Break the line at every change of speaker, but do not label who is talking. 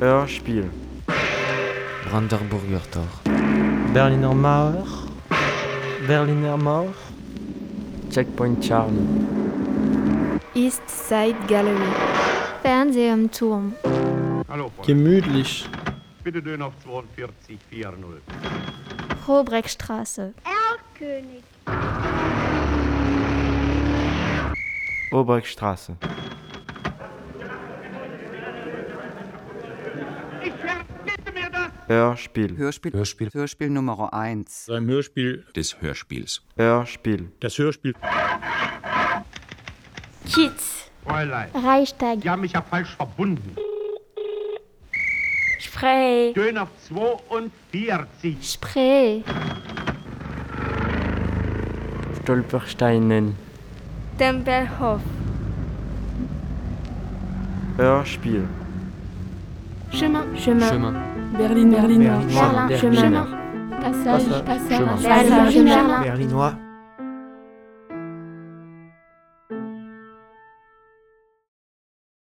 Hörspiel.
Brandenburger Tor.
Berliner Mauer. Berliner Mauer.
Checkpoint Charlie.
East Side Gallery.
Fernseher im Turm.
Hallo, Freunde.
Gemütlich.
Bitte Dön auf 42 40.
Robrechtstraße.
Erlkönig.
Obrechtstraße.
Ich verbitte mir das!
Hörspiel.
Hörspiel, Hörspiel, Hörspiel Nummer 1.
Beim Hörspiel,
des Hörspiels.
Hörspiel.
das Hörspiel,
Kiez.
Fräulein.
Reichstag.
Sie haben mich ja falsch verbunden.
Spree.
Dön auf 42.
Spree.
Stolpersteinen.
Tempelhof.
Hörspiel.
Chemin.
Chemin.
Chemin.
Berliner.
Berliner.
Berlin. Chemin.
Passage.
Passage.
Passage.
Passage.
Chemin.
Berlinois.